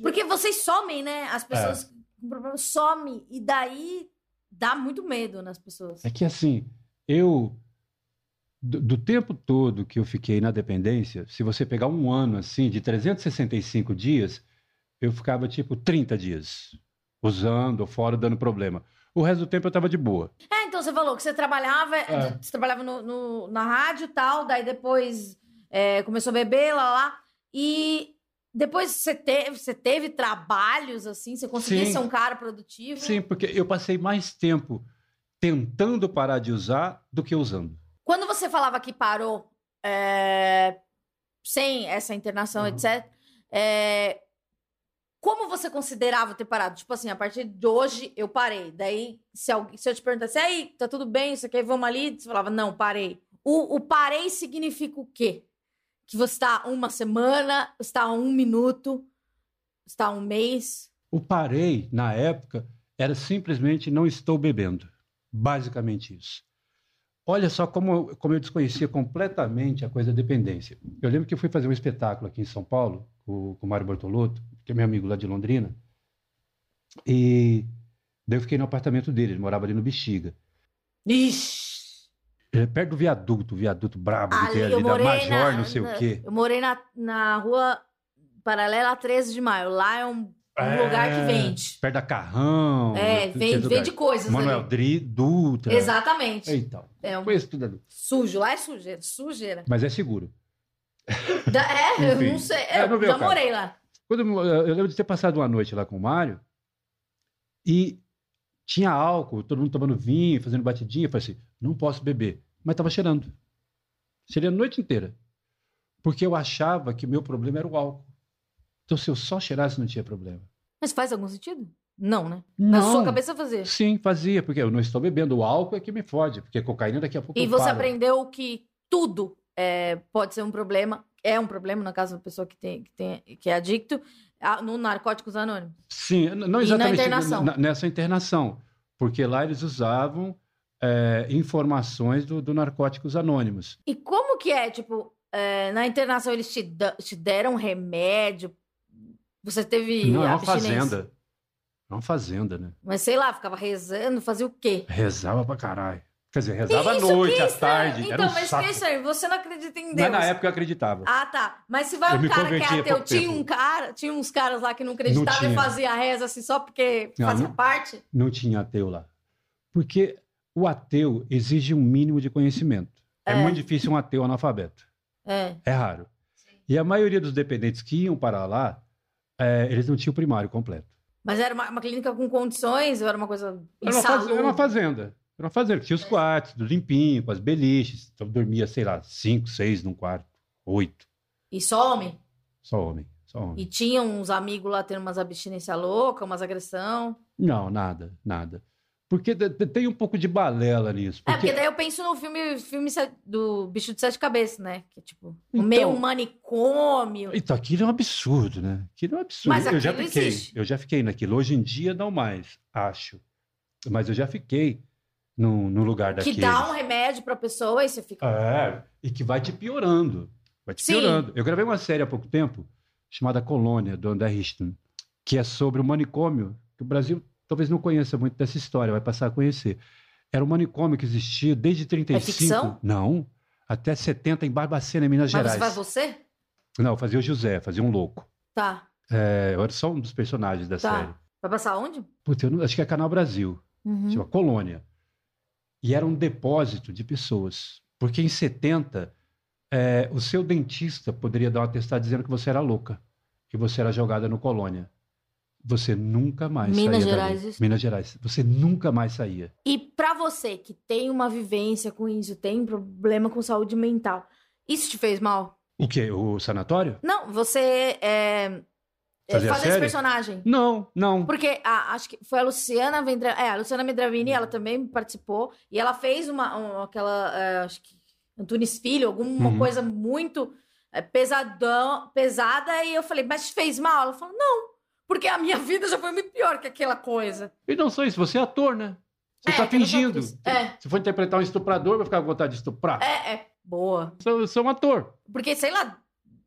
Porque vocês somem, né?
É.
As pessoas com problema somem. E daí dá muito medo nas pessoas.
É que assim, eu do, do tempo todo que eu fiquei na dependência, se você pegar um ano assim de 365 dias, eu ficava tipo 30 dias usando ou fora dando problema. O resto do tempo eu tava de boa.
É, então você falou que você trabalhava,
É.
você trabalhava no, no- na rádio e tal, daí depois é, começou a beber, lá, lá, lá. E depois você teve, você teve trabalhos, assim, você conseguia
Sim.
ser um cara produtivo.
Sim, porque eu passei mais tempo tentando parar de usar do que usando.
Quando você falava que parou é, sem essa internação,
Uhum.
etc., é, como você considerava ter parado? Tipo assim, a partir de hoje eu parei. Daí, se, alguém, se eu te perguntasse, aí, tá tudo bem, isso aqui, vamos ali, você falava, não, parei. O, o parei significa o quê? Que você está uma semana, está um minuto, está um mês.
O parei, na época, era simplesmente não estou bebendo. Basicamente isso. Olha só como, como eu desconhecia completamente a coisa da dependência. Eu lembro que eu fui fazer um espetáculo aqui em São Paulo, com, com o Mário Bortolotto, que é meu amigo lá de Londrina, e daí eu fiquei no apartamento dele, ele morava ali no Bexiga,
Ixi,
É, perto do viaduto, o viaduto brabo que tem
ali,
ali,
Ah, eu
da
morei
Major,
na,
não sei
na-
o quê.
Eu morei na, na rua paralela à 13 de maio. Lá é um, um
É,
lugar que vende.
Perto da Carrão.
É,
tudo tem
vende,
lugar.
vende coisas
Manuel
ali.
Dri, Dutra.
Exatamente.
É, Então,
É um
conheço tudo ali.
sujo. Lá é sujeira. Sujeira.
Mas é seguro.
Da- é, eu
Enfim,
não sei.
é,
Eu
no meu
já
caso.
morei lá.
Quando eu, eu lembro de ter passado uma noite lá com o Mário e tinha álcool, todo mundo tomando vinho, fazendo batidinha. Eu falei assim, não posso beber. Mas estava cheirando. Cheirei a noite inteira. Porque eu achava que o meu problema era o álcool. Então, se eu só cheirasse, não tinha problema.
Mas faz algum sentido? Não, né? Na
Não.
sua cabeça fazer.
Sim, fazia, porque eu não estou bebendo. O álcool é que me fode, porque cocaína daqui a pouco
E
eu
você
paro.
aprendeu que tudo é, pode ser um problema. É um problema, na caso da pessoa que, tem, que, tem, que é adicto, a- no Narcóticos Anônimos.
Sim, n- não
E na
exatamente
internação?
na- nessa internação, porque lá eles usavam é, informações do, do Narcóticos Anônimos.
E como que é, tipo, é, na internação eles te, da- te deram remédio? Você teve
não, é uma
abstinência?
fazenda. É uma fazenda, né?
Mas sei lá, ficava rezando, fazia o quê?
Rezava pra caralho. Quer dizer,
Que
rezava à
isso,
noite,
que
à
isso?
tarde.
Então,
era um
mas
saco.
que isso aí? Você não acredita em Deus.
Mas na época eu acreditava.
Ah, tá. Mas se vai
Eu
um
me
cara que
converti há
é ateu,
pouco
tinha
tempo.
um cara, tinha uns caras lá que não acreditavam e
tinha.
fazia reza assim só porque
Não,
fazia
não-
parte?
Não tinha ateu lá. Porque o ateu exige um mínimo de conhecimento. É,
É.
muito difícil um ateu analfabeto.
É.
É raro. E a maioria dos dependentes que iam para lá, é, eles não tinham o primário completo.
Mas era uma, uma clínica com condições, ou era uma coisa
Era uma, faz- era uma
insalubre?
fazenda. Era uma fazenda. Tinha os quartos, do limpinho, com as beliches. Então dormia, sei lá, cinco, seis num quarto, oito.
E só homem.
Só homem. Só homem.
E tinha uns amigos lá tendo umas abstinência louca, umas agressão.
Não, nada, nada. Porque de- de- tem um pouco de balela nisso.
É, porque
Porque
daí eu penso no filme, filme se- do Bicho de Sete Cabeças, né? Que é tipo, o
Então.
meio manicômio.
Então, aquilo é um absurdo, né? Aquilo é um absurdo.
Mas
eu já
aquilo
fiquei.
existe.
Eu já fiquei naquilo. Hoje em dia não mais, acho. Mas eu já fiquei num, num lugar daquele.
Que dá um remédio pra pessoa e você fica.
É, e que vai te piorando. Vai te
Sim.
piorando. Eu gravei uma série há pouco tempo chamada Colônia, do André Riston, que é sobre o manicômio, que o Brasil talvez não conheça muito dessa história, vai passar a conhecer. Era um manicômio que existia desde 35.
É ficção?
Não. Até 70 em Barbacena,
Mas
Minas
você
Gerais.
faz você?
Não, eu fazia o José, fazia um louco.
Tá.
É, eu era só um dos personagens da
Tá.
série.
Vai passar onde?
Puta, eu não- acho que é Canal Brasil
Uhum.
chama Colônia. E era um depósito de pessoas. Porque em 70, eh, o seu dentista poderia dar um atestado dizendo que você era louca, que você era jogada no Colônia. Você nunca mais
Minas
saía
Gerais,
dali.
isso.
Minas Gerais. Você nunca mais saía.
E pra você que tem uma vivência com isso, tem problema com saúde mental, isso te fez mal?
O quê? O sanatório?
Não, você é, é,
Fazia
fazer esse
série?
personagem.
Não, não.
Porque a- acho que foi a Luciana Vendra, é, a Luciana Vendravini,
Uhum.
ela também participou e ela fez uma um- aquela é, acho que Antunes Filho, alguma
Uhum.
coisa muito é, pesadão, pesada e eu falei, mas te fez mal? Ela falou, não, porque a minha <laughs> vida já foi muito pior que aquela coisa.
E não só isso, você é ator, né? Você
É,
está
eu sou
fingindo.
atriz. É.
Se for interpretar um estuprador, vai ficar com vontade de estuprar.
É, é boa,
Eu sou um ator.
porque sei lá,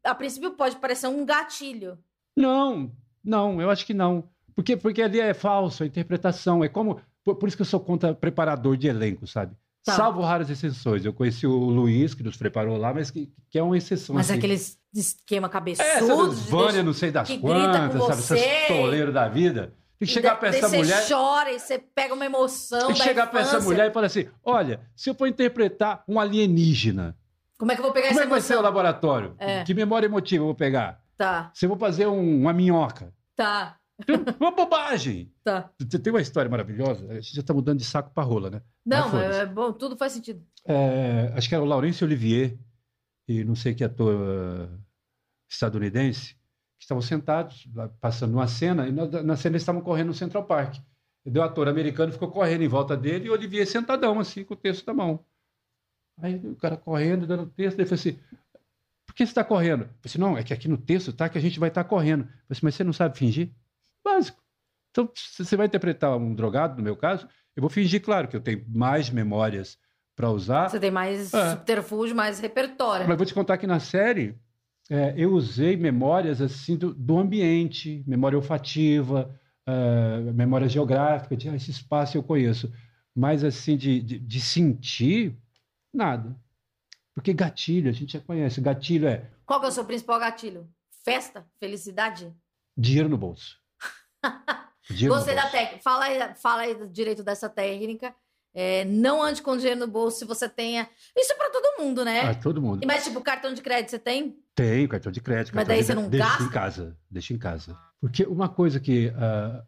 a princípio pode parecer um gatilho.
Não, não, eu acho que não. Porque, porque ali é falso, a interpretação. É como. Por, por isso que eu sou contra preparador de elenco, sabe?
Tá.
Salvo raras exceções. Eu conheci o Luiz, que nos preparou lá, mas que, que é uma exceção.
Mas
assim.
aqueles esquema
É, essa
cabeçudo,
das Vânia, não sei das
que grita com
quantas, sabe?
você.
Essas toleiros da vida. Tem que chegar pra essa mulher.
Você chora e você pega uma emoção
Tem que
da
chegar pra essa
infância.
mulher e falar assim: olha, se eu for interpretar um alienígena,
Como é que eu vou pegar
como
essa
é que vai ser o
emoção?
laboratório?
É.
Que memória emotiva eu vou pegar?
Tá,
Se eu vou fazer um- uma minhoca?
tá,
Uma bobagem!
tá.
Você tem uma história maravilhosa? A gente já está mudando de saco para rola, né?
Não,
Mas foda-se.
é, é bom, tudo faz sentido.
É, acho que era o Laurence Olivier e não sei que ator ah, estadunidense que estavam sentados lá, passando uma cena e na, na cena eles estavam correndo no Central Park. E daí o ator americano ficou correndo em volta dele e o Olivier sentadão assim com o texto na mão. Aí o cara correndo, dando texto, ele falou assim: Por que você está correndo? Eu falei assim, não, é que aqui no texto tá que a gente vai estar correndo. Eu falei assim, mas você não sabe fingir? Básico. Então, se você vai interpretar um drogado, no meu caso, eu vou fingir, claro, que eu tenho mais memórias para usar.
Você tem mais
É.
subterfúgio, mais repertório.
Mas vou te contar que na série é, eu usei memórias assim do, do ambiente, memória olfativa, ah, memória geográfica, de ah, esse espaço eu conheço. Mas assim, de, de, de sentir, nada. Porque gatilho, a gente já conhece. Gatilho é
Qual que é o seu principal gatilho? Festa? Felicidade?
dinheiro no bolso. Dinheiro no
Gostei da
bolso.
técnica. Fala aí, fala aí direito dessa técnica. É, não ande com dinheiro no bolso se você tenha. Isso é pra todo mundo,
Ah,
né?
todo mundo.
E Mas, tipo, cartão de crédito você tem?
Tenho cartão de crédito.
Mas
cartão
daí
de
você
débito.
não
deixa
gasta?
em casa, deixa em casa. Porque uma coisa que ah,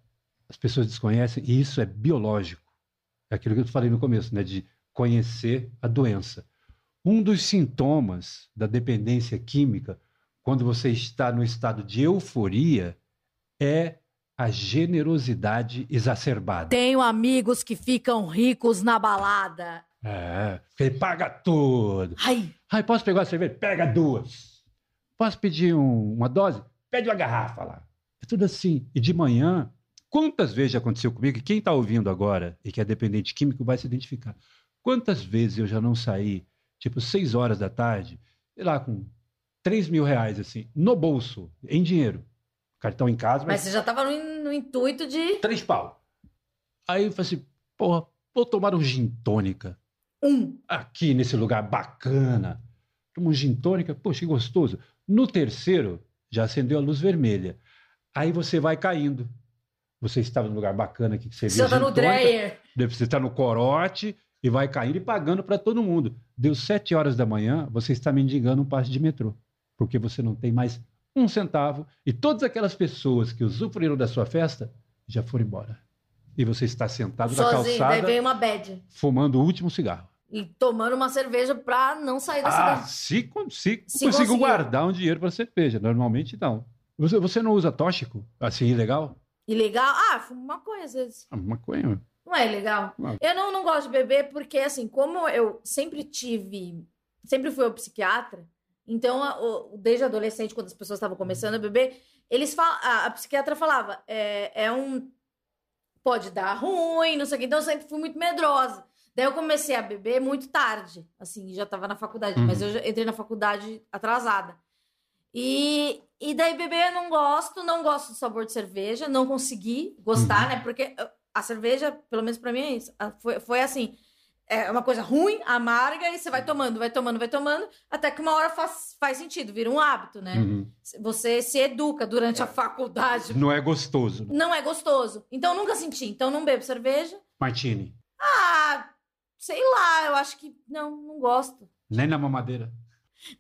as pessoas desconhecem, e isso é biológico, é aquilo que eu falei no começo, né, de conhecer a doença. Um dos sintomas da dependência química, quando você está no estado de euforia, é a generosidade exacerbada.
Tenho amigos que ficam ricos na balada.
É, porque ele paga tudo.
Ai,
Ai, posso pegar uma cerveja? Pega duas. Posso pedir um- uma dose? Pede uma garrafa lá. É tudo assim. E de manhã, quantas vezes já aconteceu comigo, e quem está ouvindo agora e que é dependente químico vai se identificar, quantas vezes eu já não saí, tipo, seis horas da tarde, sei lá, com três mil reais, assim, no bolso, em dinheiro. Cartão em casa,
mas
mas
você já tava no, no intuito de
três pau. Aí eu falei assim, porra, vou tomar um gin tônica
um.
aqui nesse lugar bacana. Toma um gin tônica, poxa, que gostoso. No terceiro, já acendeu a luz vermelha. Aí você vai caindo. Você estava num lugar bacana aqui que você
Você
viu.
tá
gin
no
tônica,
Dreyer.
Você está no corote e vai caindo e pagando para todo mundo. Deu sete horas da manhã, você está mendigando um passe de metrô. Porque você não tem mais um centavo. E todas aquelas pessoas que usufruíram da sua festa já foram embora. E você está sentado na
Sozinho. Daí
calçada,
veio uma bad.
fumando o último cigarro.
E tomando uma cerveja pra não sair da
Ah,
cidade.
se,
um
con- se,
Se
consigo
conseguir.
guardar um dinheiro para cerveja. Normalmente não. Você, você não usa tóxico? Assim, ilegal?
Ilegal. Ah, fumo maconha às vezes.
Ah, maconha.
Não é legal?
Não.
Eu não, não gosto de beber porque, assim, como eu sempre tive. Sempre fui ao psiquiatra, então, a- o- desde adolescente, quando as pessoas estavam começando a
Uhum.
beber, eles fal- a, a psiquiatra falava: é, é um. Pode dar ruim, não sei o quê. Então, eu sempre fui muito medrosa. Daí, eu comecei a beber muito tarde, assim, já estava na faculdade,
Uhum.
mas eu já entrei na faculdade atrasada. E, e daí, beber eu não gosto, não gosto do sabor de cerveja, não consegui gostar, né? Porque a cerveja, pelo menos pra mim, é isso. A- Foi, foi assim. É uma coisa ruim, amarga, e você vai tomando, vai tomando, vai tomando, até que uma hora faz, faz sentido, vira um hábito, né?
Uhum.
Você se educa durante a faculdade.
Não é gostoso. né?
Não é gostoso. Então nunca senti. Então não bebo cerveja.
Martini.
Ah, sei lá, eu acho que. Não, não gosto.
Nem na mamadeira.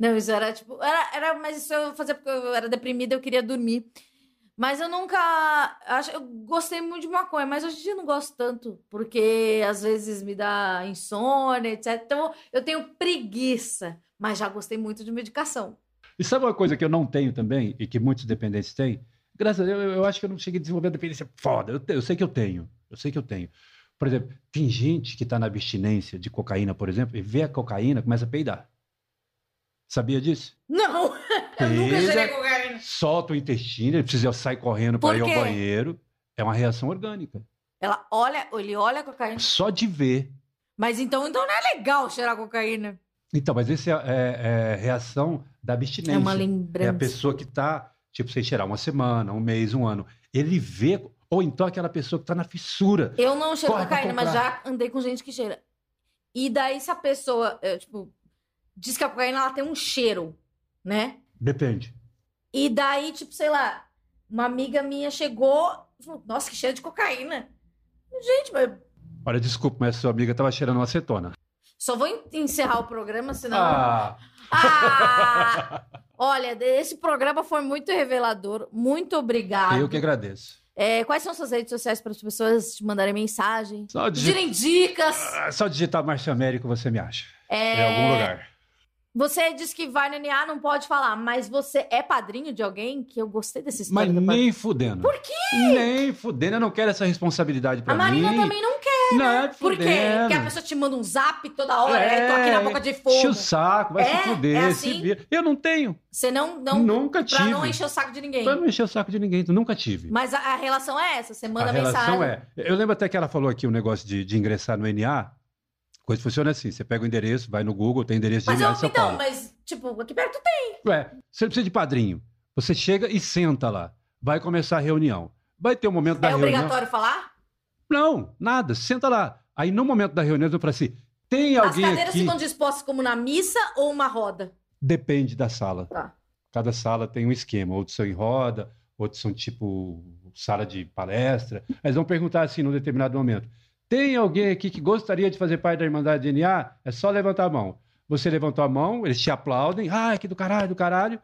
Não, isso era tipo. Era, era, mas isso eu fazia porque eu era deprimida, eu queria dormir. Mas eu nunca. Acho, eu gostei muito de maconha, mas hoje em dia eu não gosto tanto, porque às vezes me dá insônia, etc. Então eu tenho preguiça, mas já gostei muito de medicação.
E sabe uma coisa que eu não tenho também e que muitos dependentes têm? Graças a Deus, eu, eu acho que eu não cheguei a desenvolver a dependência foda. Eu, te- eu sei que eu tenho. Eu sei que eu tenho. Por exemplo, tem gente que está na abstinência de cocaína, por exemplo, e vê a cocaína começa a peidar. Sabia disso?
Não! <laughs> Eu nunca
Peida.
cheguei com cocaína.
solta o intestino, ele precisa sair correndo
Por
para ir ao
quê?
banheiro. É uma reação orgânica.
Ela olha, ele olha a cocaína.
Só de ver.
Mas então, então não é legal cheirar cocaína.
Então, mas essa é, é, é reação da abstinência.
É uma
É a
lembrança.
pessoa que está, tipo, sem cheirar uma semana, um mês, um ano. Ele vê, ou então aquela pessoa que está na fissura.
Eu não cheiro
Corre pra
cocaína, mas já
comprar.
andei com gente que cheira. E daí, se a pessoa, é, tipo, diz que a cocaína ela tem um cheiro, né?
Depende.
E daí, tipo, sei lá, uma amiga minha chegou e falou: Nossa, que cheiro de cocaína. Gente, mas
Olha, desculpa, mas sua amiga estava cheirando uma acetona.
só vou en- encerrar o programa, senão.
Ah,
Ah! Olha, esse programa foi muito revelador. Muito obrigado.
eu que agradeço.
É, quais são suas redes sociais para as pessoas te mandarem mensagem?
Só, digi...
Pedirem dicas.
Ah, Só digitar Márcio Américo você me acha.
É...
Em algum lugar.
Você disse que vai no NA, não pode falar, mas você é padrinho de alguém? Que eu gostei dessa
Mas
história. do padrinho.
nem fudendo. Por quê? Nem fudendo. Eu não quero essa responsabilidade pra
A Marina
mim.
também não quer.
Não, é
né? Por quê?
fudendo.
Porque a pessoa te manda um zap toda hora,
É,
aí tô aqui na boca de
Enche o
fogo.
saco, vai
É,
se fuder,
é
se
assim.
vira. Eu não tenho.
Você não. não
nunca
pra
tive.
não encher o saco de ninguém.
Pra não encher o saco de ninguém, tu nunca tive.
Mas a, a relação é essa, você manda
a
mensagem.
relação é. Eu lembro até que ela falou aqui um negócio de, de ingressar no NA. coisa funciona assim: você pega o endereço, vai no Google, tem endereço de
Mas eu,
Ilhar, São
então,
Paulo.
mas, tipo, aqui perto tem.
Ué, você não precisa de padrinho. Você chega e senta lá. Vai começar a reunião. Vai ter um momento da
é
reunião.
obrigatório falar?
Não, nada. Senta lá. Aí no momento da reunião eu falei assim: tem alguém
As cadeiras
aqui?
ficam dispostas como na missa ou uma roda?
Depende da sala.
Tá.
Cada sala tem um esquema. Outros são em roda, outros são tipo sala de palestra. Eles vão perguntar assim num determinado momento: tem alguém aqui que gostaria de fazer parte da Irmandade de DNA? É só levantar a mão. Você levantou a mão, eles te aplaudem. Ah, que do caralho, do caralho.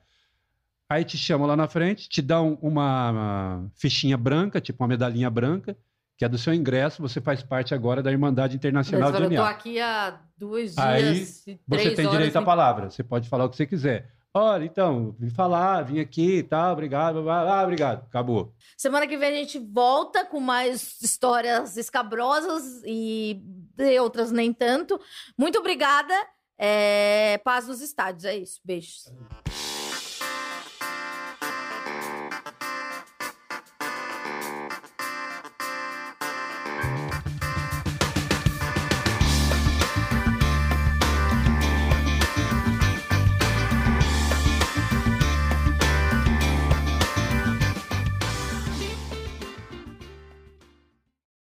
Aí te chamam lá na frente, te dão uma, uma fichinha branca, tipo uma medalhinha branca, que é do seu ingresso. Você faz parte agora da Irmandade Internacional
Mas
de
eu tô
DNA.
aqui há dois dias
Aí,
e três
Você tem
horas
direito à
e-
palavra, você pode falar o que você quiser. Olha, então, vim falar, vim aqui e tal, obrigado, blá, blá, blá, obrigado. Acabou.
Semana que vem a gente volta com mais histórias escabrosas e de outras nem tanto. Muito obrigada. É, Paz nos estádios, é isso. Beijos.